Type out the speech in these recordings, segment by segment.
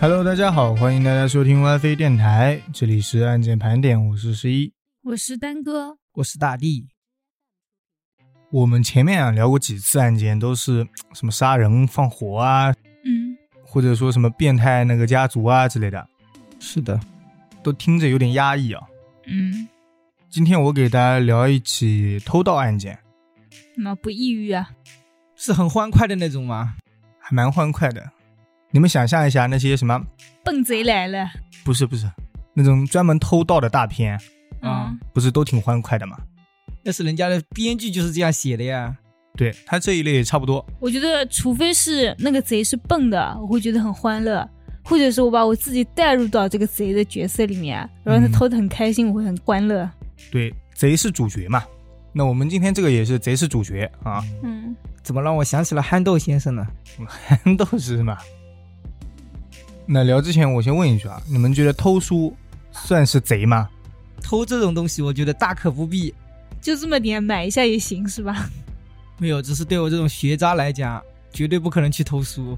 Hello，大家好，欢迎大家收听 WiFi 电台，这里是案件盘点，我是十一，我是丹哥，我是大地。我们前面啊聊过几次案件，都是什么杀人放火啊，嗯，或者说什么变态那个家族啊之类的，是的，都听着有点压抑啊。嗯，今天我给大家聊一起偷盗案件，那不抑郁啊？是很欢快的那种吗？还蛮欢快的。你们想象一下那些什么，笨贼来了，不是不是，那种专门偷盗的大片，啊嗯，不是都挺欢快的吗？那是人家的编剧就是这样写的呀。对他这一类也差不多，我觉得除非是那个贼是笨的，我会觉得很欢乐，或者是我把我自己带入到这个贼的角色里面，然后他偷的很开心，我会很欢乐。对，贼是主角嘛。那我们今天这个也是贼是主角啊， 嗯，怎么让我想起了憨豆先生呢？都是什么？那聊之前，我先问一句啊，你们觉得偷书算是贼吗？偷这种东西，我觉得大可不必。就这么点，买一下也行是吧？没有，只是对我这种学渣来讲，绝对不可能去偷书。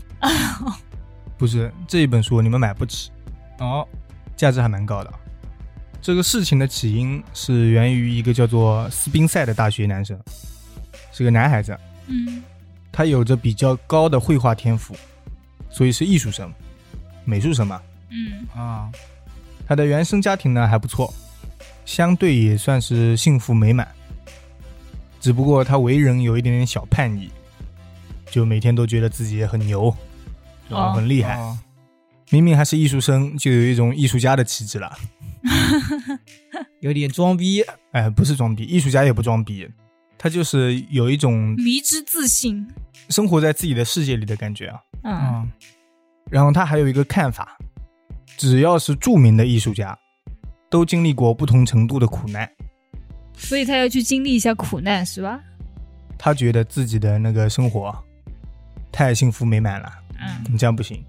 不是，这一本书你们买不起，哦，价值还蛮高的。啊这个事情的起因是源于一个叫做斯宾塞的大学男生，是个男孩子，嗯他有着比较高的绘画天赋，所以是艺术生、美术生嘛。嗯啊，他的原生家庭呢还不错，相对也算是幸福美满。只不过他为人有一点点小叛逆，就每天都觉得自己很牛，然后很厉害。哦明明还是艺术生，就有一种艺术家的气质了。有点装逼。哎，不是装逼，艺术家也不装逼，他就是有一种迷之自信。生活在自己的世界里的感觉啊。嗯啊，然后他还有一个看法，只要是著名的艺术家，都经历过不同程度的苦难。所以他要去经历一下苦难是吧？他觉得自己的那个生活太幸福美满了，嗯你这样不行。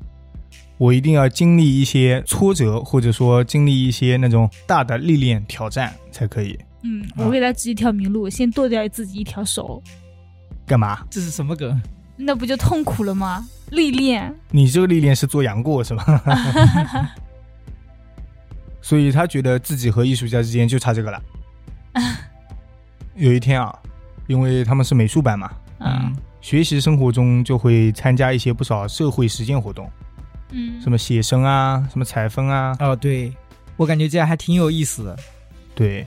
我一定要经历一些挫折，或者说经历一些那种大的历练挑战才可以。嗯，我给他指一条明路，先剁掉自己一条手，干嘛？这是什么梗？那不就痛苦了吗？历练，你这个历练是做杨过是吧？所以他觉得自己和艺术家之间就差这个了。有一天啊，因为他们是美术班嘛，嗯学习生活中就会参加一些不少社会实践活动，嗯，什么写生啊，什么采风啊，哦，对，我感觉这样还挺有意思的。对，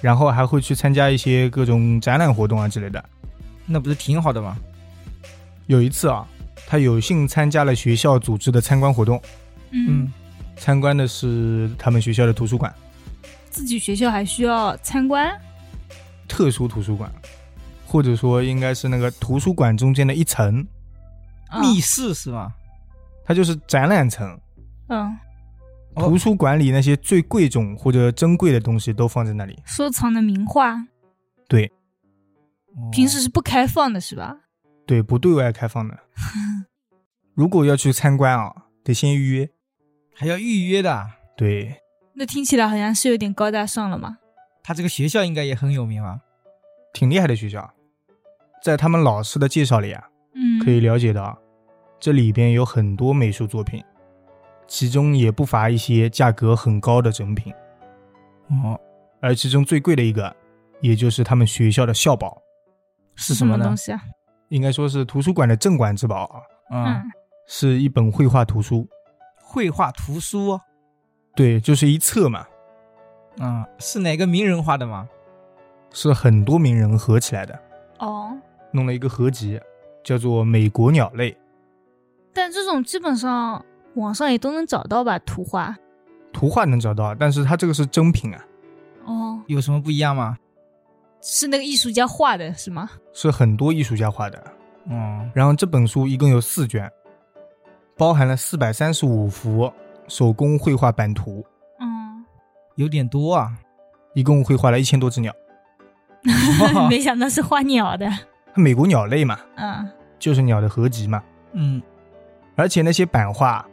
然后还会去参加一些各种展览活动啊之类的。那不是挺好的吗？有一次啊，他有幸参加了学校组织的参观活动，嗯，参观的是他们学校的图书馆，自己学校还需要参观，特殊图书馆，或者说应该是那个图书馆中间的一层，啊密室是吧？它就是展览层。嗯，哦图书馆里那些最贵重或者珍贵的东西都放在那里。收藏的名画，哦平时是不开放的，是吧？对，不对外开放的。如果要去参观啊，得先预约。还要预约的。对，那听起来好像是有点高大上了嘛。他这个学校应该也很有名吧？挺厉害的学校，啊在他们老师的介绍里啊，嗯，可以了解到，这里边有很多美术作品，其中也不乏一些价格很高的整品，哦，而其中最贵的一个，也就是他们学校的校宝，是什什么呢东？西啊？应该说是图书馆的镇馆之宝啊，嗯，嗯，是一本绘画图书，绘画图书。哦对，就是一册嘛，嗯，是哪个名人画的吗？是很多名人合起来的，哦，弄了一个合集，叫做《美国鸟类》。但这种基本上网上也都能找到吧，图画。图画能找到，但是它这个是真品啊，哦，有什么不一样吗？是那个艺术家画的，是吗？是很多艺术家画的。哦，然后这本书一共有四卷，包含了四百三十五幅手工绘画版图，嗯，有点多啊。一共绘画了一千多只鸟。哦没想到是画鸟的。它美国鸟类嘛，嗯就是鸟的合集嘛。 嗯，而且那些版画，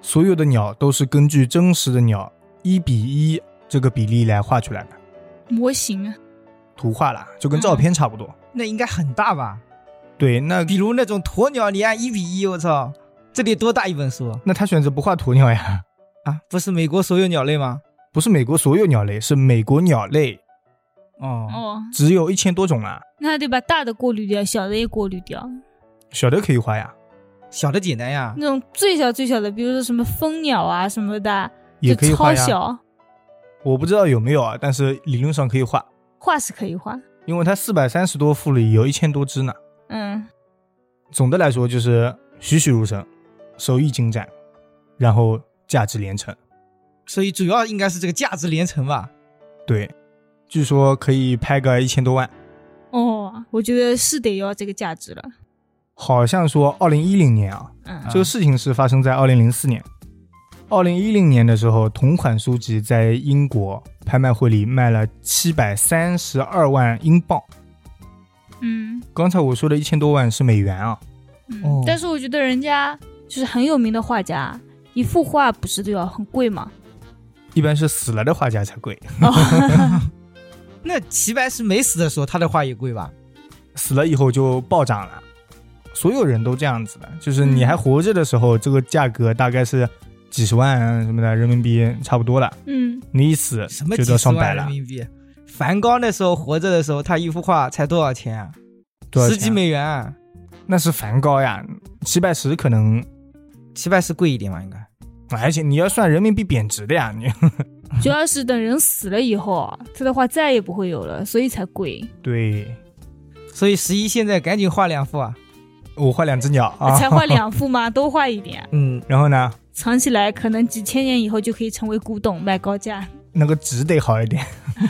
所有的鸟都是根据真实的鸟一比一这个比例来画出来的。模型啊，图画啦，就跟照片差不多。那应该很大吧？对，那呃比如那种鸵鸟，你按一比一，我操，这得多大一本书那他选择不画鸵鸟呀？啊？不是美国所有鸟类吗？不是美国所有鸟类，是美国鸟类哦，哦，只有一千多种啊啦，那还得把大的过滤掉，小的也过滤掉。小的可以画呀，小的简单呀。那种最小最小的，比如说什么蜂鸟啊什么的，也可以就画超呀。小，我不知道有没有啊，但是理论上可以画，画是可以画。因为它四百三十多幅里有一千多只呢。嗯，总的来说就是栩栩如生，手艺精湛，然后价值连城。所以主要应该是这个价值连城吧？对，据说可以拍个一千多万，哦，我觉得是得要这个价值了。好像说二零一零年啊，嗯，这个事情是发生在二零零四年。二零一零年的时候，同款书籍在英国拍卖会里卖了七百三十二万英镑。嗯刚才我说的一千多万是美元啊，嗯、哦但是我觉得人家就是很有名的画家，一幅画不是都要很 贵吗？ 一般是死了的画家才贵，那齐白石没死的时候，他的画也贵吧？死了以后就暴涨了。所有人都这样子的，就是嗯你还活着的时候，这个价格大概是几十万什么的人民币差不多了，嗯，你一死什么就几到十上百万人了，民币？梵高那时候活着的时候，他一幅画才多少钱啊？多少十几钱啊美元啊！那是梵高呀，齐白石可能，齐白石贵一点吧，应该。而且你要算人民币贬值的呀，你 主要是等人死了以后啊，他的画再也不会有了，所以才贵，对所以十一现在赶紧画两幅啊！我画两只鸟啊，才画，两幅嘛，多画一点，嗯，然后呢，藏起来可能几千年以后就可以成为古董卖高价。 那个值得好一点。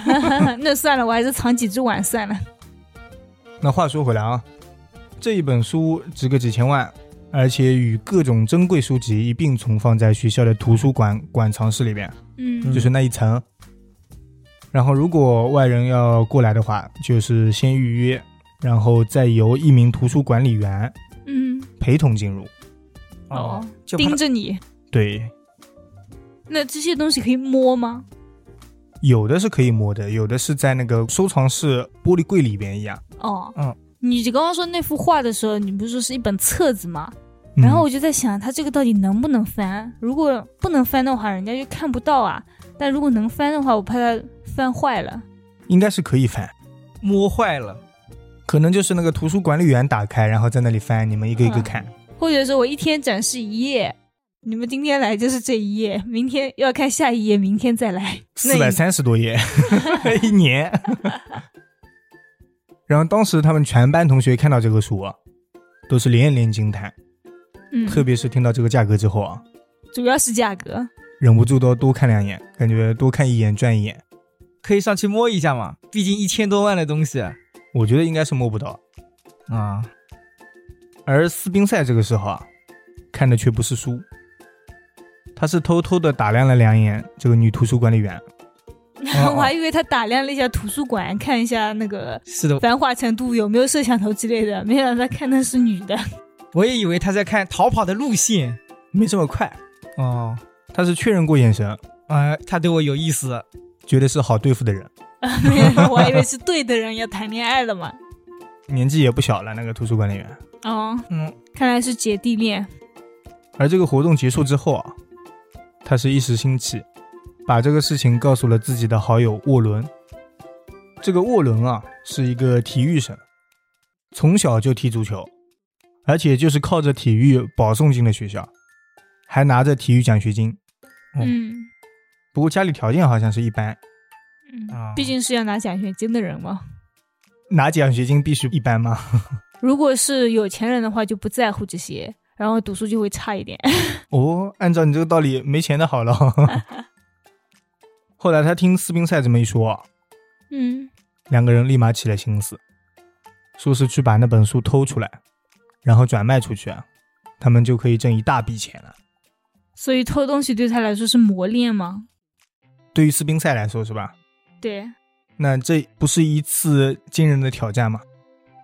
那算了，我还是藏几只碗算了。那话说回来啊，这一本书值个几千万，而且与各种珍贵书籍一并存放在学校的图书馆馆藏室里边，嗯就是那一层。然后，如果外人要过来的话，就是先预约，然后再由一名图书管理员嗯，陪同进入。哦，就怕盯着你。对，那这些东西可以摸吗？有的是可以摸的，有的是在那个收藏室玻璃柜里边一样。哦，嗯，你刚刚说那幅画的时候，你不是说是一本册子吗？嗯然后我就在想，它这个到底能不能翻？如果不能翻的话，人家就看不到啊。但如果能翻的话，我怕它翻坏了。嗯应该是可以翻，摸坏了。可能就是那个图书管理员打开，然后在那里翻，你们一个一嗯个看。或者说我一天展示一页，你们今天来就是这一页，明天要看下一页，明天再来。四百三十多页， 一年。然后当时他们全班同学看到这个书啊，都是连连惊叹，嗯，特别是听到这个价格之后啊， 主要是价格。忍不住都多看两眼，感觉多看一眼赚一眼。可以上去摸一下嘛，毕竟一千多万的东西啊。我觉得应该是摸不到。而斯宾塞这个时候啊，看的却不是书，他是偷偷的打量了两眼这个女图书管理员， 我还以为他打量了一下图书馆，看一下那个是的，繁华程度有没有摄像头之类的，没想到他看的是女的。 我也以为他在看逃跑的路线。没这么快，哦，他是确认过眼神，哎，他对我有意思。觉得是好对付的人，没有，我还以为是对的人要谈恋爱了嘛。年纪也不小了，那个图书管理员。哦，嗯，看来是姐弟恋。而这个活动结束之后啊，他是一时兴起，把这个事情告诉了自己的好友沃伦。这个沃伦啊，是一个体育生，从小就踢足球，而且就是靠着体育保送进了学校，还拿着体育奖学金。哦嗯不过家里条件好像是一般，嗯，啊毕竟是要拿奖学金的人嘛。拿奖学金必须一般吗？ 如果是有钱人的话，就不在乎这些，然后读书就会差一点。哦，按照你这个道理，没钱的好了。 后来他听斯宾塞这么一说啊，嗯，两个人立马起了心思，说是去把那本书偷出来，然后转卖出去，啊他们就可以挣一大笔钱了。所以偷东西对他来说是磨练吗？对于斯宾塞来说，是吧？对，那这不是一次惊人的挑战吗？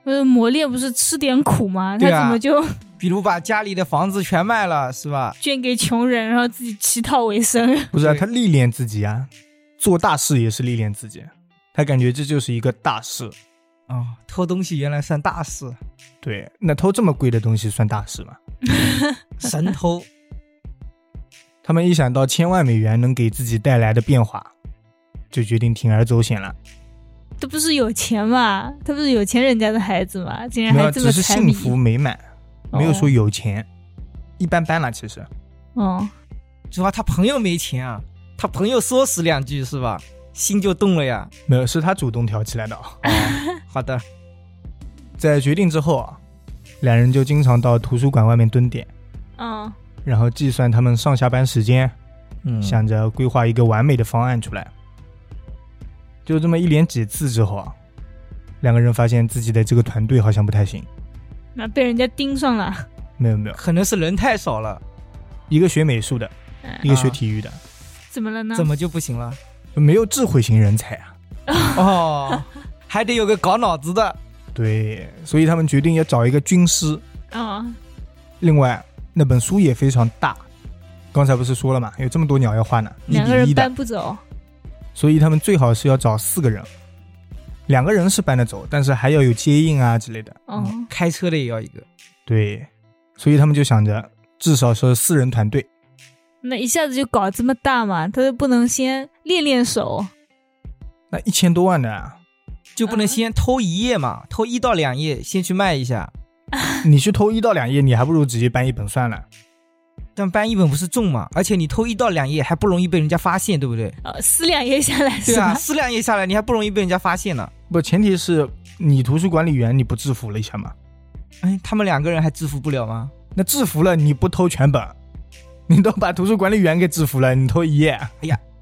呃，磨练不是吃点苦吗？他对啊怎么就比如把家里的房子全卖了，是吧？捐给穷人，然后自己乞讨为生？ 不是啊，对他历练自己啊，做大事也是历练自己。他感觉这就是一个大事。啊，偷东西原来算大事，对，那偷这么贵的东西算大事吗？神偷。 他们一想到千万美元能给自己带来的变化，就决定铤而走险了。他不是有钱嘛？他不是有钱人家的孩子嘛？竟然没还有，这只么是财幸迷。福美满，没有说有钱，一般般啦。其实嗯哦，主要他朋友没钱啊，他朋友唆使两句是吧？心就动了呀。没有，是他主动挑起来的啊。好的，在决定之后啊，两人就经常到图书馆外面蹲点，嗯然后计算他们上下班时间，嗯想着规划一个完美的方案出来。就这么一连几次之后啊，两个人发现自己的这个团队好像不太行。嗯，那被人家盯上了。 没有没有，可能是人太少了，一个学美术的，嗯一个学体育的，怎么了呢？怎么就不行了？就没有智慧型人才啊。哦，还得有个搞脑子的。对，所以他们决定要找一个军师。哦，另外，那本书也非常大，刚才不是说了嘛，有这么多鸟要画呢，一两个比人一的搬，不走。所以他们最好是要找四个人，两个人是搬得走，但是还要有接应啊之类的。哦，开车的也要一个。对，所以他们就想着至少是四人团队。那一下子就搞这么大嘛，他就不能先练练手？那一千多万的、啊，就不能先偷一页嘛？偷一到两页，先去卖一下。你去偷一到两页，你还不如直接搬一本算了。但搬一本不是重嘛？而且你偷一到两页还不容易被人家发现，对不对？呃，撕两页下来对是啊，吧？撕两页下来你还不容易被人家发现呢。不，前提是你图书管理员你不制服了一下吗？哎，他们两个人还制服不了吗？那制服了你不偷全本，你都把图书管理员给制服了，你偷一页，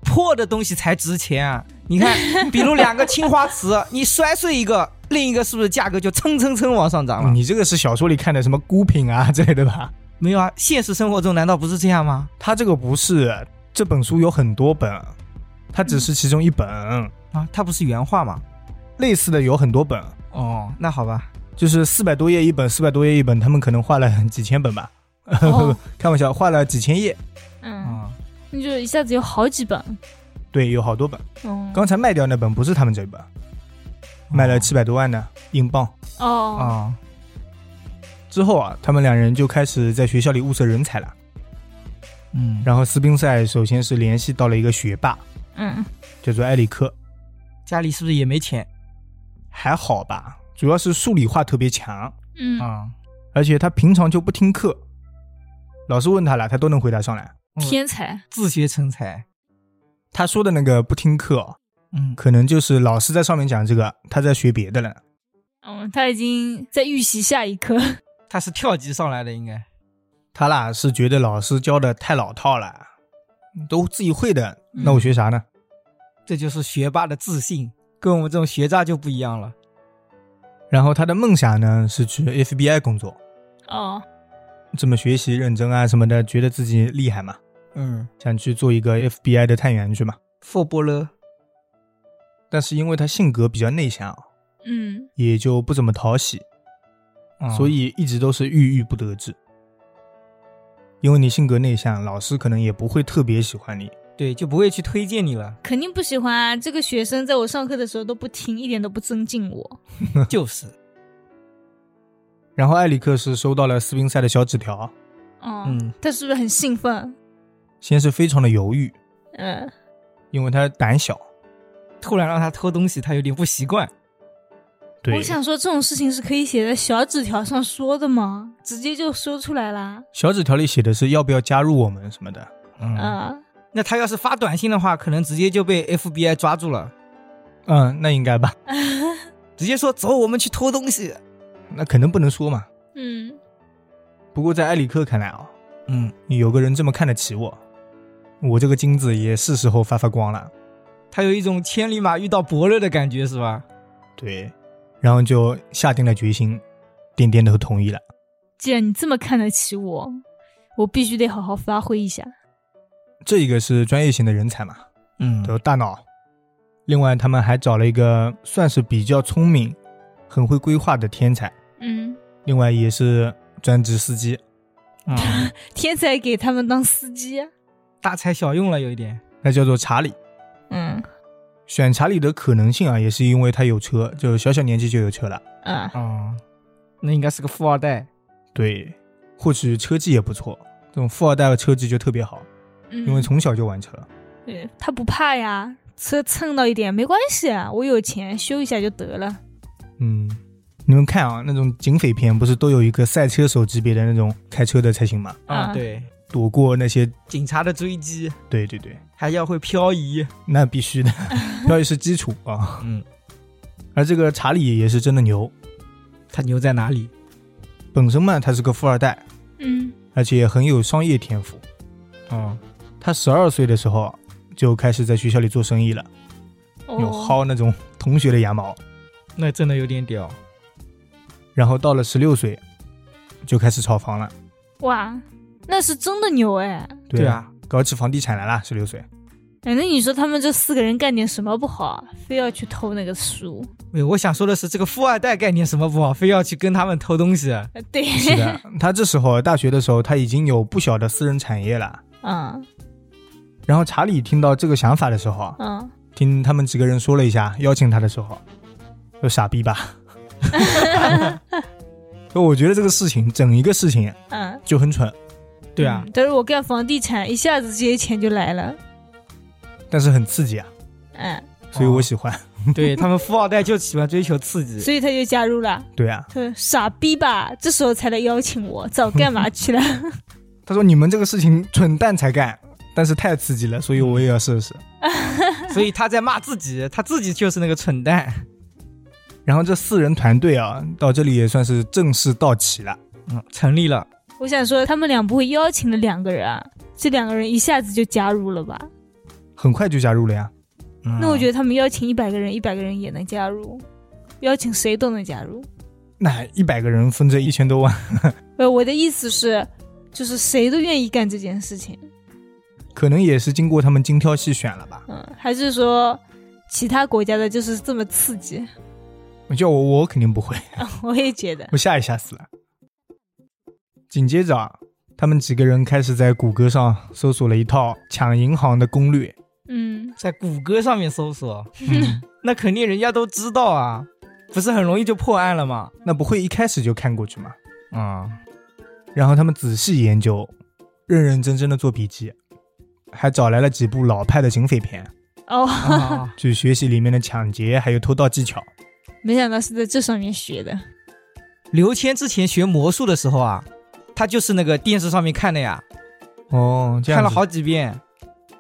破的东西才值钱啊！你看，比如两个青花瓷，你摔碎一个，另一个是不是价格就蹭蹭蹭往上涨了？你这个是小说里看的什么孤品啊之类的吧？没有啊，现实生活中难道不是这样吗？他这个不是，这本书有很多本，它只是其中一本，啊，它不是原话吗？类似的有很多本，哦，那好吧，就是四百多页一本，四百多页一本，他们可能画了几千本吧，哦 开玩笑，画了几千页，嗯，啊、那就一下子有好几本。对，有好多本。哦刚才卖掉那本不是他们这本，卖了七百多万呢英镑。啊、哦，之后啊，他们两人就开始在学校里物色人才了。嗯，然后斯宾塞首先是联系到了一个学霸，嗯，叫做埃里克，家里是不是也没钱还好吧，主要是数理化特别强，嗯，啊？而且他平常就不听课，老师问他了，他都能回答上来。天才，自学成才，他说的那个不听课哦，嗯，可能就是老师在上面讲这个，他在学别的了。嗯，他已经在预习下一课。他是跳级上来的，应该他啦是觉得老师教的太老套了，都自己会的，那我学啥呢？这就是学霸的自信，跟我们这种学渣就不一样了。然后他的梦想呢是去 FBI 工作， 哦，这么学习认真啊什么的，觉得自己厉害嘛，嗯，想去做一个 FBI 的探员去嘛。佛波勒，但是因为他性格比较内向啊，嗯，。也就不怎么讨喜，啊所以一直都是郁郁不得志。因为你性格内向，老师可能也不会特别喜欢你。对就不会去推荐你了 肯定不喜欢啊！这个学生在我上课的时候都不听，一点都不增进我。就是，然后埃里克是收到了斯宾塞的小纸条，哦，嗯他是不是很兴奋？先是非常的犹豫，嗯，因为他胆小。突然让他偷东西，他有点不习惯。对我，想说这种事情是可以写在小纸条上说的吗？直接就说出来啦。小纸条里写的是要不要加入我们什么的。嗯啊，那他要是发短信的话，可能直接就被 FBI 抓住了，嗯，那应该吧？呃直接说走，我们去偷东西。那可能不能说嘛。 嗯，不过在埃里克看来啊、嗯，有个人这么看得起我，我这个金子也是时候发发光了。他有一种千里马遇到伯乐的感觉，是吧？对，然后就下定了决心，点点头同意了。既然你这么看得起我，我必须得好好发挥一下。这一个是专业型的人才嘛，嗯都有大脑。另外，他们还找了一个算是比较聪明、很会规划的天才，嗯，另外也是专职司机。啊，天才给他们当司机。啊大材小用了，有一点。那叫做查理。嗯，选查理的可能性啊，也是因为他有车，就小小年纪就有车了。嗯，嗯，那应该是个富二代。对，或许车技也不错，这种富二代的车技就特别好，因为嗯从小就玩车。对他不怕呀，车蹭到一点没关系啊，我有钱修一下就得了。嗯，你们看啊，那种警匪片不是都有一个赛车手级别的那种开车的才行吗？啊对，躲过那些，警察的追击对对对，还要会漂移。那必须的，漂移是基础啊。嗯，而这个查理也是真的牛，他牛在哪里？本身嘛他是个富二代，嗯而且很有商业天赋。哦，他十二岁的时候啊就开始在学校里做生意了，哦，有薅那种同学的羊毛。那真的有点屌。然后到了十六岁，就开始炒房了。哇，那是真的牛哎！对，啊，搞起房地产来了。十六岁，哎，那你说他们这四个人干点什么不好啊？非要去偷那个书？没哎有，我想说的是，这个富二代概念什么不好，非要去跟他们偷东西。呃对，是的，他这时候大学的时候，他已经有不小的私人产业了。嗯然后查理听到这个想法的时候啊，嗯，听他们几个人说了一下，邀请他的时候，说傻逼吧。所以我觉得这个事情，整一个事情嗯，就很蠢，对啊嗯，但是我干房地产，一下子这些钱就来了。但是很刺激啊，嗯，所以我喜欢。 对他们富二代就喜欢追求刺激。 所以他就加入了。对啊，他说：“傻逼吧，这时候才来邀请我，早干嘛去 了？他说你们这个事情蠢蛋才干，但是太刺激了，所以我也要试试。所以他在骂自己，他自己就是那个蠢蛋。然后这四人团队啊，到这里也算是正式到齐了。嗯，成立了。我想说，他们俩不会邀请了两个人啊，这两个人一下子就加入了吧？啊很快就加入了呀，那我觉得得他们邀请一百个人，一百个人也能加入，邀请谁都能加入。那一百个人分这一千多万，呃，我的意思是，就是谁都愿意干这件事情。可能也是经过他们精挑细选了吧。嗯，还是说其他国家的就是这么刺激？ 叫我我肯定不会，我也觉得，我吓也吓死了。紧接着啊，他们几个人开始在谷歌上搜索了一套抢银行的攻略。嗯，在谷歌上面搜索，嗯，那肯定人家都知道啊，不是很容易就破案了吗？那不会一开始就看过去吗？啊、然后他们仔细研究，认认真真的做笔记，还找来了几部老派的警匪片，哦，啊去学习里面的抢劫还有偷盗技巧。没想到是在这上面学的。刘谦之前学魔术的时候啊，他就是那个电视上面看的呀，哦，这样看了子好几遍。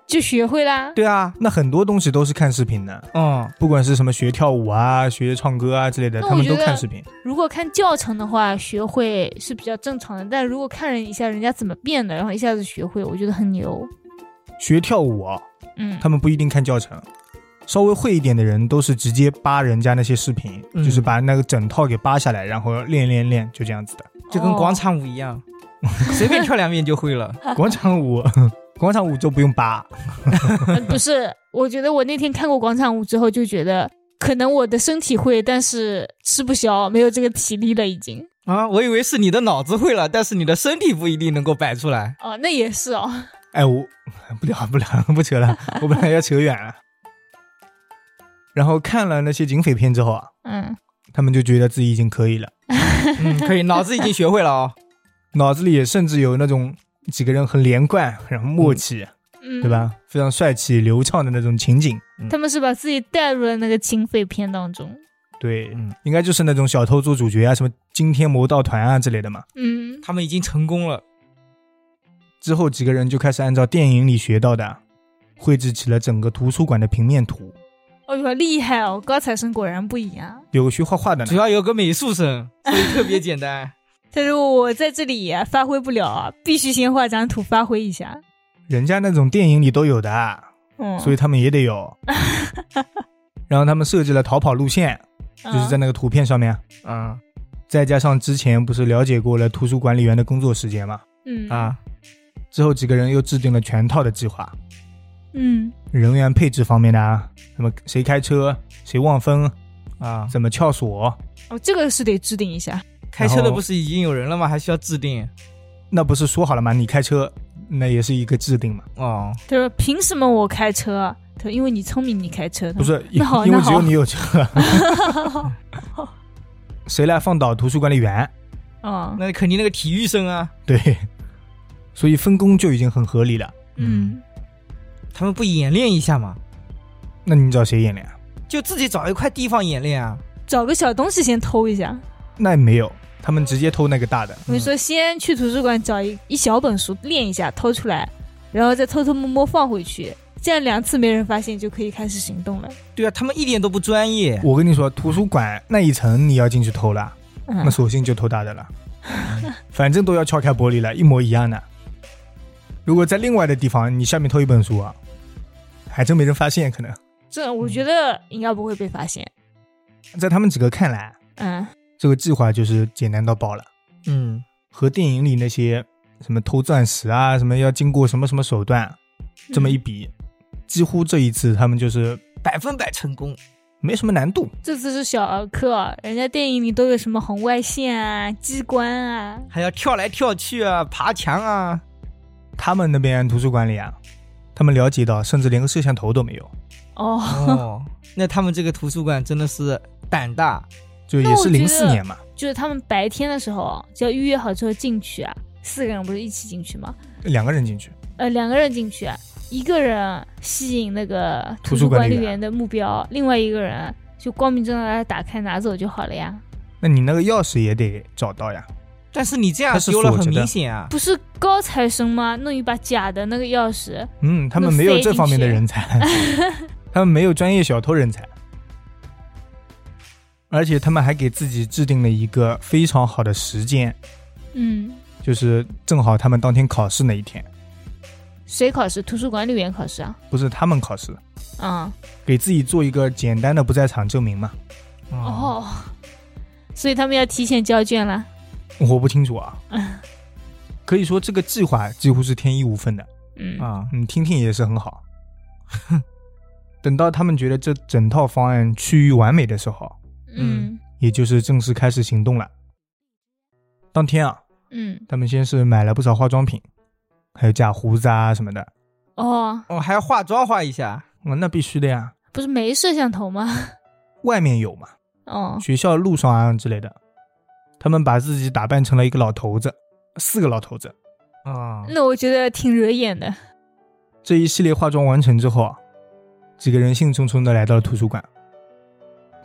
就学会啦，对啊，那很多东西都是看视频的，嗯，不管是什么学跳舞啊、学唱歌啊之类的，那他我们觉都得看视频。如果看教程的话，学会是比较正常的。但如果看了一下人家怎么变的，然后一下子学会，我觉得很牛。学跳舞啊，嗯他们不一定看教程，稍微会一点的人都是直接扒人家那些视频，嗯就是把那个整套给扒下来，然后练练练，就这样子 的。就跟哦广、场舞一 样，随便跳两遍就会了。广场舞， 广场舞就不用扒。哦呃不是，我觉得我那天看过广场舞之后，就觉得可能我的身体会，但是吃不消，没有这个体力了已经。啊，我以为是你的脑子会了，但是你的身体不一定能够摆出 来。哦，那也是哦。哎，我 不聊不聊不扯 了，我本来要扯远了。然后看了那些警匪片之后啊，嗯，他们就觉得自己已经可以了，嗯，可以，脑子已经学会了哦。脑子里也甚至有那种几个人很连贯，然后默契。嗯对？吧？非常帅气流畅的那种情景，他们是把自己带入了那个警匪片当中。对，嗯应该就是那种小偷做主角啊，什么惊天魔盗团啊之类的嘛。嗯，他们已经成功了。之后几个人就开始按照电影里学到的，绘制起了整个图书馆的平面图，哦哟，厉害哦！高材生果然不一样。有个学画画的主呢，要有个美术生，所以特别简单。但是我在这里、发挥不了啊，必须先画张图发挥一下。人家那种电影里都有的啊，哦嗯，所以他们也得 有。然后他们设计了逃跑路线，啊就是在那个图片上面啊，嗯再加上之前不是了解过了图书管理员的工作时间嘛，嗯嗯啊，之后几个人又制定了全套的计划，嗯人员配置方面的啊，什么谁开车，谁望风啊，怎么撬锁，哦，这个是得制定一下。开车的不是已经有人了吗？还需要制定？那不是说好了吗？你开车，那也是一个制定嗯嘛。哦，他说凭什么我开车？啊他说因为你聪明，你开车。他不说是，因那好因为那只好有你有车。谁来放倒图书管理员？嗯那肯定那个体育生啊，对，所以分工就已经很合理了。嗯，他们不演练一下嘛？那你找谁演练啊？就自己找一块地方演练啊。找个小东西先偷一下。那也没有，他们直接偷那个大的。我就说先去图书馆找一一小本书练一下，偷出来，然后再偷偷摸摸放回去，这样两次没人发现就可以开始行动了。对啊，他们一点都不专业。我跟你说，图书馆那一层你要进去偷了，嗯那，索性就偷大的了，反正都要敲开玻璃了，一模一样的。如果在另外的地方，你下面偷一本书啊，还真没人发现。可能这我觉得应该不会被发现。在他们几个看来，嗯，这个计划就是简单到爆了，嗯，和电影里那些什么偷钻石啊，什么要经过什么什么手段，这嗯么一比，几乎这一次他们就是百分百成功。没什么难度。这次是小儿科，啊人家电影里都有什么红外线啊、机关啊，还要跳来跳去啊，爬墙啊，他们那边图书馆里啊，他们了解到，甚至连个摄像头都没有，哦，哦，那他们这个图书馆真的是胆大，就那也我是觉零四得年嘛，就是他们白天的时候，只要预约好之后进去啊，四个人不是一起进去吗？两个人进去，呃，两个人进去，一个人吸引那个图图书书管管理理员员的目标，另外一个人就光明正大的打开拿走就好了呀。那你那个钥匙也得找到呀。但是你这样他是丢了锁很着的明显啊，不是高材生吗？弄一把假的那个钥匙，嗯，他们没有这方面的人 才，他们没有专业小偷人才，而且他们还给自己制定了一个非常好的时间，嗯，就是正好他们当天考试那一天，谁考试？图书管理员考试啊？不是他们考试，啊嗯，给自己做一个简单的不在场证明嘛。哦，哦，所以他们要提前交卷了。我不清楚啊，可以说这个计划几乎是天衣无缝的。嗯，啊，嗯，听听也是很好。 等到他们觉得这整套方案趋于完美的时候，嗯也就是正式开始行动了。当天啊，嗯，他们先是买了不少化妆品，还有假胡子啊什么的。哦，哦，还要化妆化一下，嗯，那必须的呀，不是没摄像头吗？ 外面有嘛，哦，学校路上啊之类的。他们把自己打扮成了一个老头子，四个老头子。啊，那我觉得挺惹眼的。这一系列化妆完成之后啊，几个人兴冲冲的来到了图书馆。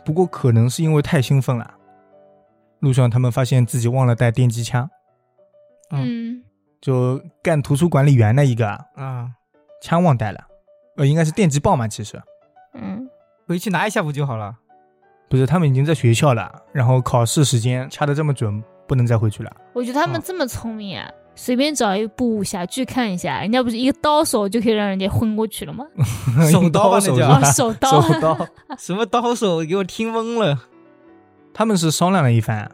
不过可能是因为太兴奋了，啊路上他们发现自己忘了带电击枪，嗯，就干图书管理员那一个啊，啊，枪忘带了，呃，应该是电击棒嘛，其实嗯，回去拿一下不就好了？不是，他们已经在学校了，啊然后考试时间掐得这么准，不能再回去了。我觉得他们哦这么聪明啊，随便找一部武侠剧看一下，人家不是一个刀手就可以让人家昏过去了吗？手刀 吧手那叫啊哦吧，手刀手刀。嗯什么刀手给我听懵了，他们是商量了一番，啊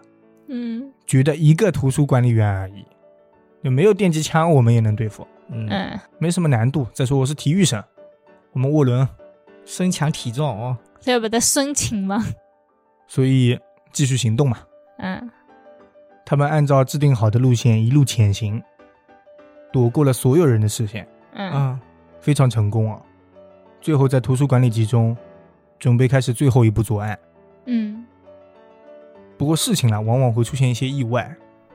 嗯觉得一个图书管理员而已，就没有电击枪，我们也能对付。嗯，嗯，没什么难度。再说我是体育生，我们沃伦，身强体壮哦，他要把它深情吗？所以继续行动嘛。嗯他们按照制定好的路线一路前行，躲过了所有人的视线，嗯啊，非常成功啊！最后在图书管理集中，准备开始最后一步作案。嗯，不过事情呢，往往会出现一些意外。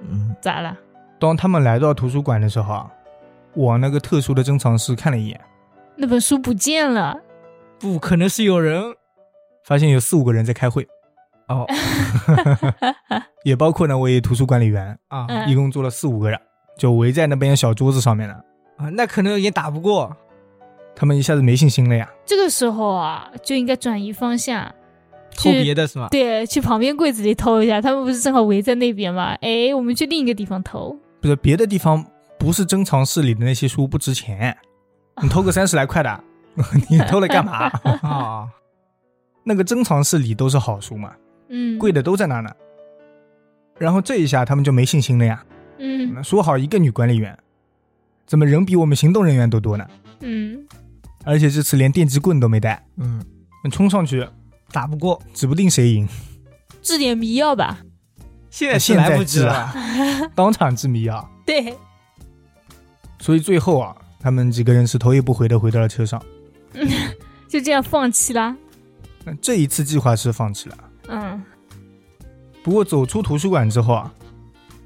嗯，咋了？当他们来到图书馆的时候啊，往那个特殊的珍藏室看了一眼，那本书不见了，不可能是有人发现有四五个人在开会，哦嗯也包括那位图书管理员，啊 嗯一共坐了四五个人，就围在那边小桌子上面了。啊，那可能也打不过，他们一下子没信心了呀。这个时候啊就应该转移方向，偷去别的是吗？对，去旁边柜子里偷一下。他们不是正好围在那边吗？哎，我们去另一个地方偷。不是别的地方不是珍藏室里的那些书不值 钱，你偷个三十来块的， 你偷了干 嘛？嗯啊，那个珍藏室里都是好书嘛，嗯，贵的都在那呢。然后这一下他们就没信心了呀。嗯说好一个女管理员，怎么人比我们行动人员都多呢？嗯而且这次连电击棍都没带，嗯，那冲上去打不过，指不定谁 赢，制点迷药吧。现在是啊现在来不及治了，当场致迷啊！对，所以最后啊，他们几个人是头也不回的回到了车上。就这样放弃啦。那这一次计划是放弃了，嗯，不过走出图书馆之后啊，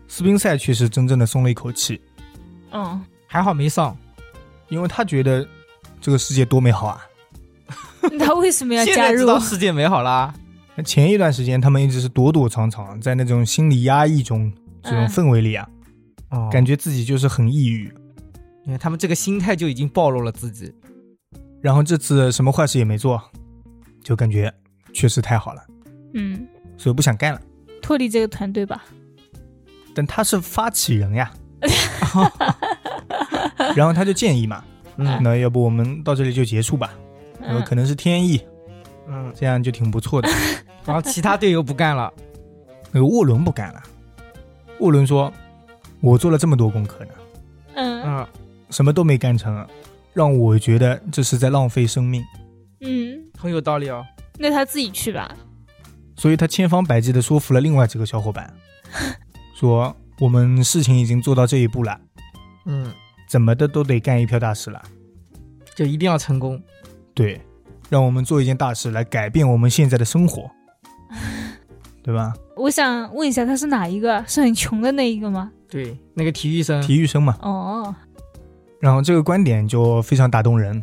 斯宾塞却是真正的松了一口气，嗯，还好没上。因为他觉得这个世界多美好啊！他为什么 要现加在知入？道世界美好啦，那前一段时间他们一直是躲躲藏藏，在那种心理压抑中，这种嗯氛围里啊，哦感觉自己就是很抑郁。因为他们这个心态就已经暴露了自己。然后这次什么坏事也没做，就感觉确实太好了，嗯，所以不想干了。脱离这个团队吧。但他是发起人呀，然后他就建议嘛， 嗯那要不我们到这里就结束吧？然后嗯可能是天意，嗯，这样就挺不错的。然后其他队友不干了，那个沃伦不干了，沃伦说：“我做了这么多功课呢，嗯嗯，什么都没干成，啊让我觉得这是在浪费生命。嗯，很有道理哦。那他自己去吧。”所以他千方百计地说服了另外几个小伙伴，说：“我们事情已经做到这一步了，嗯，怎么的都得干一票大事了。就一定要成功。对，让我们做一件大事来改变我们现在的生活，对吧？我想问一下，他是哪一个？是很穷的那一个吗？对，那个体育生，体育生嘛。哦，然后这个观点就非常打动人，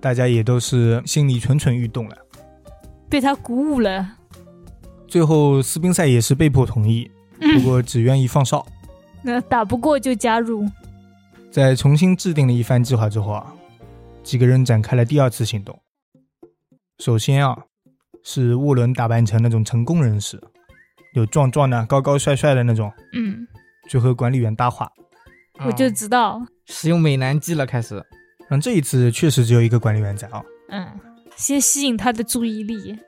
大家也都是心里蠢蠢欲动了。”被他鼓舞了。最后，斯宾塞也是被迫同意，嗯不过只愿意放哨。 那打不过就加入。在重新制定了一番计划之后啊，几个人展开了第二次行动。首先啊，是沃伦打扮成那种成功人士，有壮壮的、高高帅帅的那种，嗯，去和管理员搭话。我就嗯知道。使用美男计了，开始。然后这一次确实只有一个管理员在啊。嗯，先吸引他的注意力。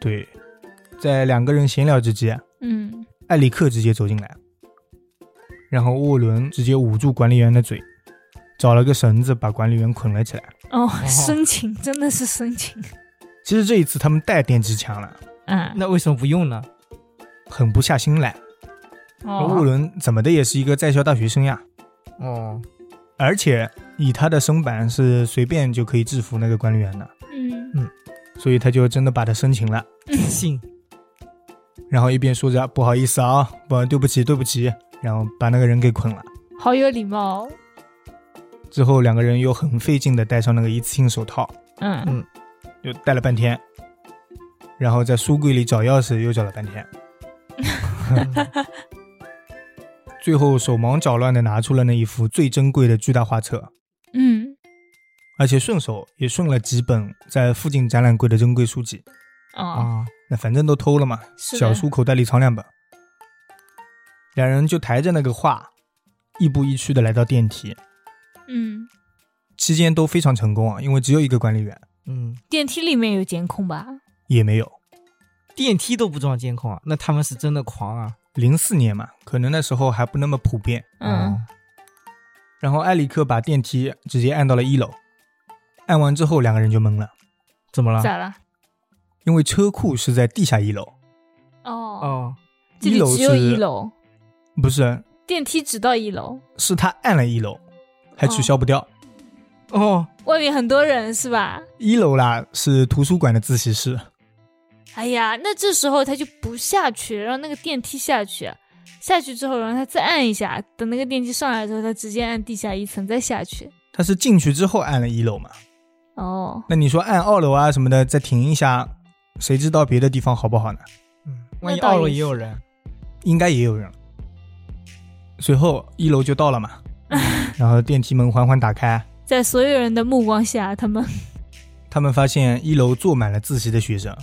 对，在两个人闲聊之际啊，嗯艾里克直接走进来，然后沃伦直接捂住管理员的嘴，找了个绳子把管理员捆了起来。哦，深情真的是深情。其实这一次他们带电击枪了，嗯那为什么不用呢？狠不下心来。沃哦，伦怎么的也是一个在校大学生呀， 哦，而且以他的身板是随便就可以制服那个管理员的，嗯所以他就真的把他生擒了。自信。然后一边说着不好意思啊，不对不起对不起，然后把那个人给捆了。好有礼貌哦。之后两个人又很费劲的戴上那个一次性手套，嗯又戴了半天，然后在书柜里找钥匙又找了半天， 最后手忙脚乱的拿出了那一幅最珍贵的巨大画册，嗯而且顺手也顺了几本在附近展览柜的珍贵书籍。哦，啊，那反正都偷了嘛，是的小书口袋里藏两本。两人就抬着那个画，亦步亦趋的来到电梯，嗯，期间都非常成功啊，因为只有一个管理员嗯，电梯里面有监控吧？也没有。电梯都不装监控啊，那他们是真的狂啊。零四年嘛，可能那时候还不那么普遍。嗯，然后埃里克把电梯直接按到了一楼，按完之后两个人就懵了，怎啊么了？咋了？因为车库是在地下一楼，哦，哦，这里一楼只有是一楼，不是，电梯只到一楼，是他按了一楼，还取消不掉。哦，外面很多人是吧？一楼啦是图书馆的自习室，哎呀，那这时候他就不下去，让那个电梯下去，下去之后，然后他再按一下，等那个电梯上来之后，他直接按地下一层再下去。他是进去之后按了一楼嘛。哦，那你说按二楼啊什么的再停一下，谁知道别的地方好不好呢？嗯，万一那倒二楼也也有人，应该也有人。随后一楼就到了嘛，然后电梯门缓缓打开，在所有人的目光下，他们他们发现一楼坐满了自习的学生，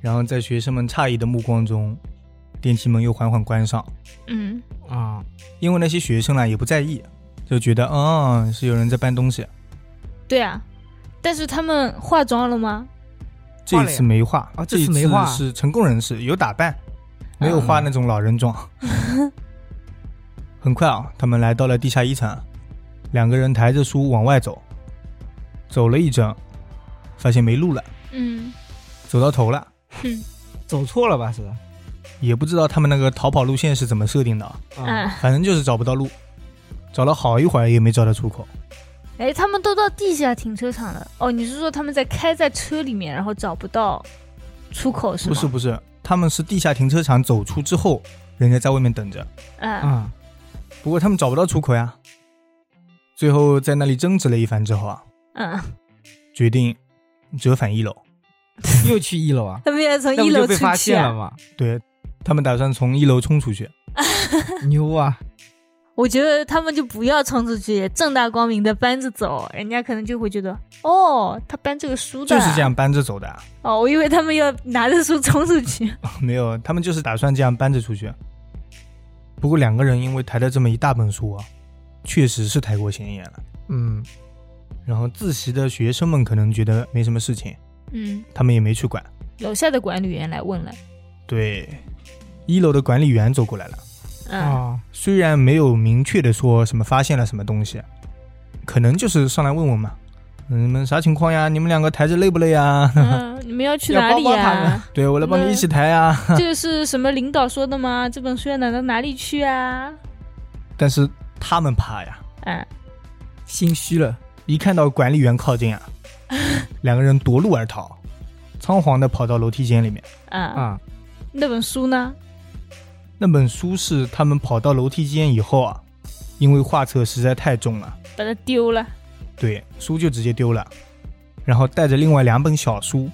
然后在学生们诧异的目光中，电梯门又缓缓关上，嗯啊，因为那些学生呢啊也不在意，就觉得嗯是有人在搬东西。，对啊，但是他们化妆了吗？这一次没画啊这这次没啊画一次是成功人士，有打扮，没有画那种老人妆。 很快啊，他们来到了地下一层，两个人抬着书往外走，走了一阵，发现没路了，嗯，走到头了，走错了吧？是？也不知道他们那个逃跑路线是怎么设定的啊，嗯反正就是找不到路。找了好一会儿也没找到出口。哎，他们都到地下停车场了。哦，你是说他们在开在车里面，然后找不到出口是不吗？是不是，他们是地下停车场走出之后，人家在外面等着，嗯，啊， 不过他们找不到出口呀。最后在那里争执了一番之后啊，嗯，决定折返一楼。又去一楼啊 ？他们要从那 一不就楼被出发去现了啊。 吗？对他们打算从一楼冲出去，牛啊！我觉得他们就不要冲出去，正大光明的搬着走，人家可能就会觉得，哦，他搬这个书的、就是这。样搬着走的啊。 哦，我以为他们要拿着书冲出去。没有，他们就是打算这样搬着出去。不过两个人因为抬了这么一大本书啊，确实是太过显眼了。嗯，然后自习的学生们可能觉得没什么事情， 嗯，他们也没去管。楼下的管理员来问了。对，一楼的管理员走过来了，嗯，哦，虽然没有明确的说什么发现了什么东西，可能就是上来问问嘛，嗯你们啥情况呀？你们两个抬着累不累啊？ 嗯，你们要去哪里要帮帮他呀们、对我来帮你一起抬啊。 这个是什么领导说的吗？这本书要拿到哪里去啊？但是他们怕呀，嗯，心虚了。一看到管理员靠近啊，两个人夺路而逃，仓皇的跑到楼梯间里面。啊，啊，那本书呢？那本书是他们跑到楼梯间以后啊，因为画册实在太重了，把它丢了。对，书就直接丢了，然后带着另外两本小书，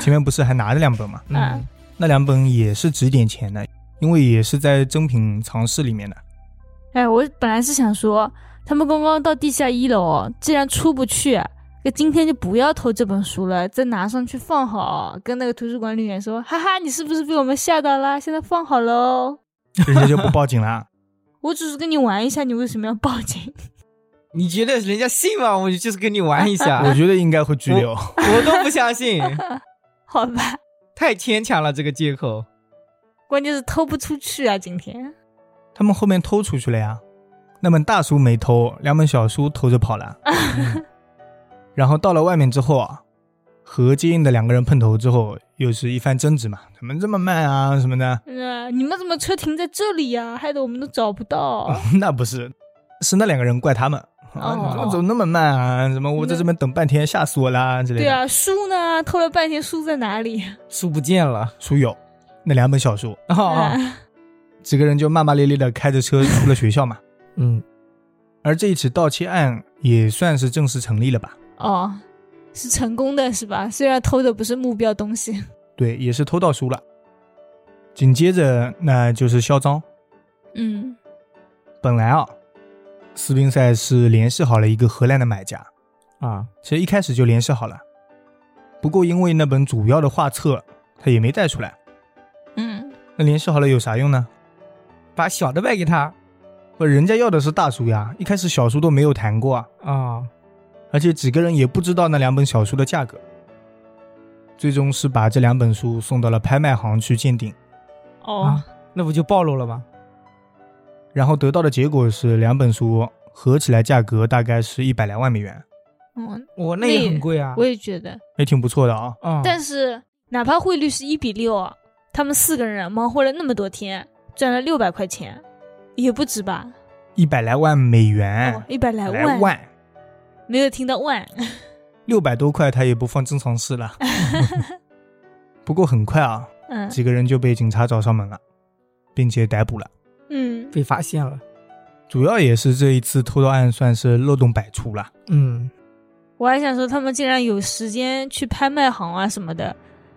前面不是还拿着两本吗？嗯嗯，那两本也是值点钱的，因为也是在珍品藏室里面的。哎，我本来是想说，他们刚刚到地下一楼哦，既然出不去、那今天就不要偷这本书了，再拿上去放好，跟那个图书管理员说，哈哈，你是不是被我们吓到啦？现在放好喽。人家就不报警了。我只是跟你玩一下，你为什么要报警？你觉得人家信吗？我就是跟你玩 一下，我觉得应该会拘留。我都不相信，好吧，太牵强了这个借口。关键是偷不出去啊，今天。他们后面偷出去了呀，那本大书没偷，两本小书偷着跑了。然后到了外面之后啊，和接应的两个人碰头之后，又是一番争执嘛，怎么这么慢啊什么的？ 嗯、你们怎么车停在这里呀、害得我们都找不到。那不是，是那两个人怪他们。啊，你哦怎么走 那么慢啊？什么我在这边等半天，吓死我啦之类的。对，啊，书呢？偷了半天，书在哪里？书不见了， 书有那两本小书，啊嗯哦，几个人就骂骂咧咧的开着车出了学校 嘛。嗯，而这一起盗窃案也算是正式成立了吧？哦，是成功的是吧？虽然偷的不是目标东西。 对，也是偷到书了。紧接着那就是嚣张。嗯本来啊，斯宾塞是联系好了一个荷兰的买家，啊，其实一开始就联系好了，不过因为那本主要的画册他也没带出来，嗯，那联系好了有啥用呢？把小的卖给他不，人家要的是大书呀，一开始小书都没有谈过啊，啊，而且几个人也不知道那两本小书的价格。最终是把这两本书送到了拍卖行去鉴定，哦，啊那不就暴露了吗？然后得到的结果是两本书合起来价格大概是一百来万美元，嗯，我那也很贵啊我，也觉得，也挺不错的啊。啊，但是哪怕汇率是一比六啊，他们四个人忙活了那么多天，赚了六百块钱，也不止吧？一百来万美元，哦，一百来哎来万，万，没有听到万。 六百多块他也不放正常室了。不过很快啊，嗯几个人就被警察找上门了，并且逮捕了。嗯，被发现了，主要也是这一次偷盗案算是漏洞百出了。嗯， 我还想说他们竟然有时间去拍卖行啊什么的，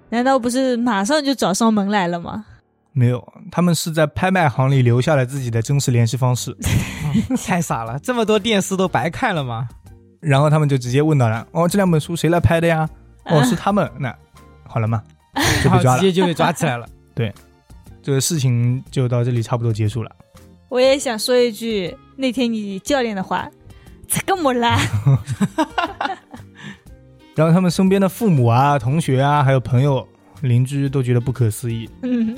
难道不是马上就找上门来了吗？没有，他们是在拍卖行里留下了自己的真实联系方式，太傻了，这么多电视都白看了吗？然后他们就直接问到了：“哦，这两本书谁来拍的呀？”“哦，啊是他们。那好 了嘛，就然被后抓直了接。就被抓起来了。 这个事情就到这里差不多结束了。我也想说一句那天你教练的话， 这个么啦？然后他们身边的父母啊、同学啊，还有朋友、邻居都觉得不可思议，嗯，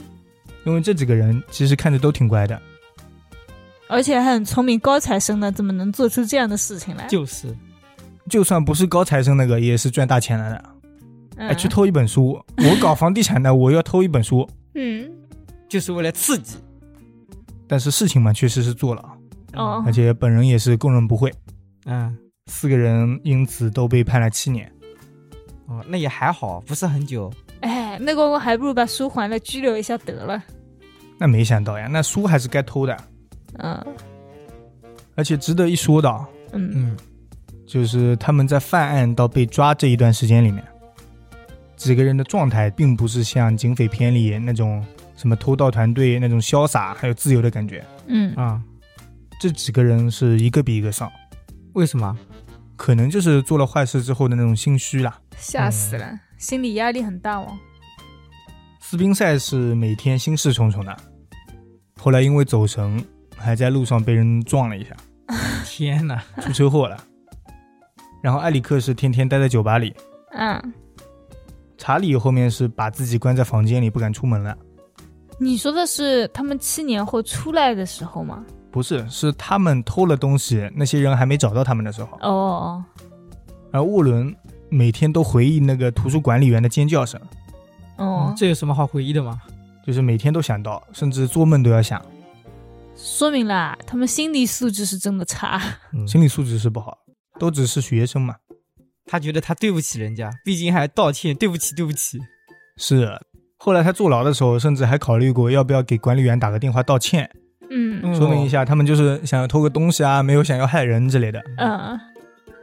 因为这几个人其实看着都挺乖的，而且还很聪明，高材生呢，怎么能做出这样的事情来？就是，就算不是高材生那个，也是赚大钱了的。嗯哎，去偷一本书，我搞房地产的，我要偷一本书。嗯就是为了刺激。但是事情嘛，确实是做了啊。哦而，且本人也是供认不讳。嗯，四个人因此都被判了七年。哦，那也还好，不是很久。哎，那个我还不如把书还了，拘留一下得了。那没想到呀，那书还是该偷的。嗯而且值得一说的啊，嗯嗯，就是他们在犯案到被抓这一段时间里面，几个人的状态并不是像警匪片里那种什么偷盗团队那种潇洒还有自由的感觉。嗯，啊，这几个人是一个比一个丧，为什么？ 可能就是做了坏事之后的那种心虚啦。吓死了，心理压力很大哦。斯宾塞是每天心事重重的，后来因为走神，还在路上被人撞了一下，天哪！出车祸了。然后埃里克是天天待在酒吧里，嗯，查理后面是把自己关在房间里不敢出门了。你说的是他们七年后出来的时候吗？不是，是他们偷了东西，那些人还没找到他们的时候。哦哦，而沃伦每天都回忆那个图书管理员的尖叫声，哦嗯哦，这有什么好回忆的吗？就是每天都想到，甚至做梦都要想，说明啦，他们心理素质是真的差。嗯心理素质是不好，都只是学生嘛。他觉得他对不起人家，毕竟还道歉，对不起，对不起。是，后来他坐牢的时候，甚至还考虑过要不要给管理员打个电话道歉，嗯嗯说明一下他们就是想要偷个东西啊，没有想要害人之类的。嗯，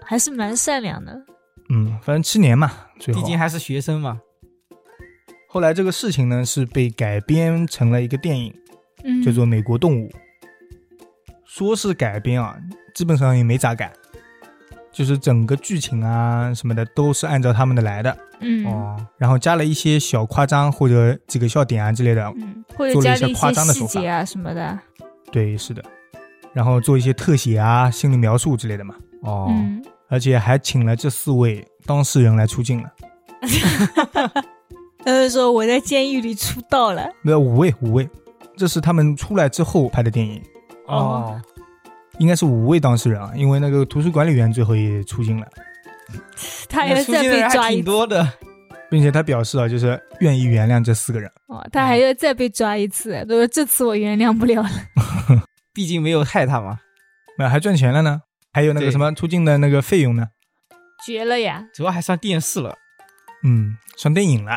还是蛮善良的。嗯，反正七年嘛，最毕后。竟还是学生嘛。后来这个事情呢是被改编成了一个电影，嗯，叫做《美国动物》。说是改编啊，基本上也没咋改，就是整个剧情啊什么的都是按照他们的来的，嗯哦，然后加了一些小夸张或者几个笑点啊之类的。嗯，或者做了加一些了一夸些张的手细节啊什么的。对，是的。然后做一些特写啊、心理描述之类的嘛，哦，嗯，而且还请了这四位当事人来出镜了，他就说我在监狱里出道了。没有呃五位，五位。这是他们出来之后拍的电影，哦，应该是五位当事人啊，因为那个图书管理员最后也出镜了。他那要出再镜的被人抓还一挺次，多的。并且他表示啊，就是愿意原谅这四个人。哦，他还要再被抓一次。他说这次我原谅不了了。毕竟没有害他嘛，那还赚钱了呢，还有那个对什么出镜的那个费用呢，绝了呀！主要还上电视了。嗯，上电影了，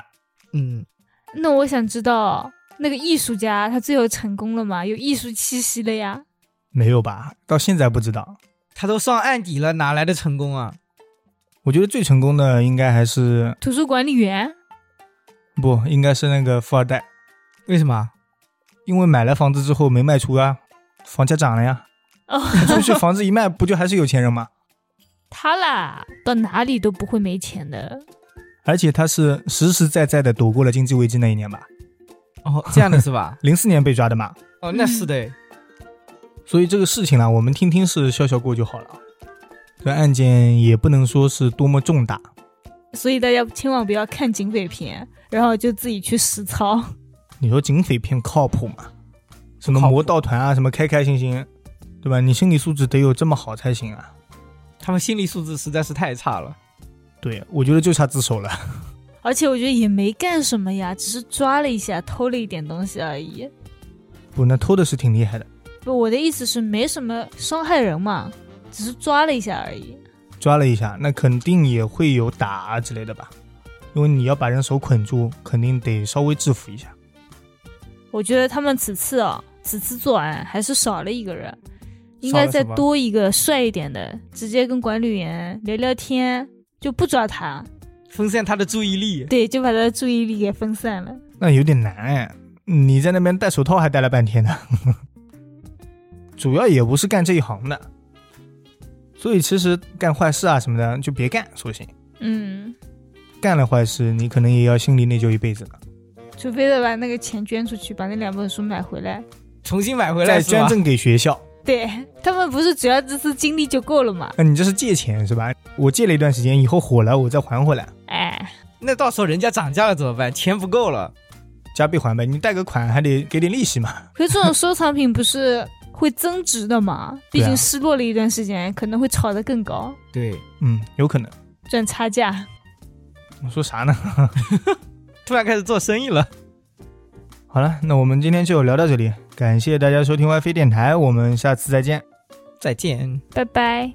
嗯，那我想知道，那个艺术家他最后成功了吗？有艺术气息了呀？没有吧？到现在不知道。他都上案底了，哪来的成功啊？我觉得最成功的应该还是图书管理员？不应该是那个富二代，为什么？因为买了房子之后没卖出啊，房价涨了呀，哦，出去房子一卖，不就还是有钱人吗？他啦，到哪里都不会没钱的。而且他是实实在在的躲过了经济危机那一年吧，？哦，这样的是吧 零四年被抓的嘛，哦，那是的。所以这个事情呢，我们听听是笑笑过就好了啊。这案件也不能说是多么重大，所以大家千万不要看警匪片，然后就自己去实操。你说警匪片靠谱吗？什么靠谱魔盗团啊，什么开开心心，对吧？你心理素质得有这么好才行啊！他们心理素质实在是太差了。对，我觉得就差自首了。而且我觉得也没干什么呀，只是抓了一下，偷了一点东西而已。不，那偷的是挺厉害的，不，我的意思是没什么伤害人嘛，只是抓了一下而已。抓了一下，那肯定也会有打啊之类的吧？因为你要把人手捆住，肯定得稍微制服一下。我觉得他们此次啊、此次作案还是少了一个人，应少该了再什么多一个帅一点的，直接跟管理员聊聊天，就不抓他，分散他的注意力。对，就把他的注意力给分散了。那有点难哎，你在那边戴手套还戴了半天呢。 主要也不是干这一行的，所以其实干坏事啊什么的就别干，索性嗯，干了坏事，你可能也要心里内疚一辈子呢。除非他把那个钱捐出去，把那两本书买回来。重新买回来再是吧捐赠给学校。对他们不是只要这次经历就够了吗？那你这是借钱是吧？我借了一段时间，以后火了我再还回来，哎，那到时候人家涨价了怎么办？钱不够了，加倍还呗。你贷个款还得给点利息嘛。可是这种收藏品不是会增值的嘛？毕对竟啊失落了一段时间，可能会炒得更高，对，嗯，有可能。赚差价。我说啥呢？突然开始做生意了。好了，那我们今天就聊到这里，感谢大家收听 WiFi 电台，我们下次再见。再见。拜拜。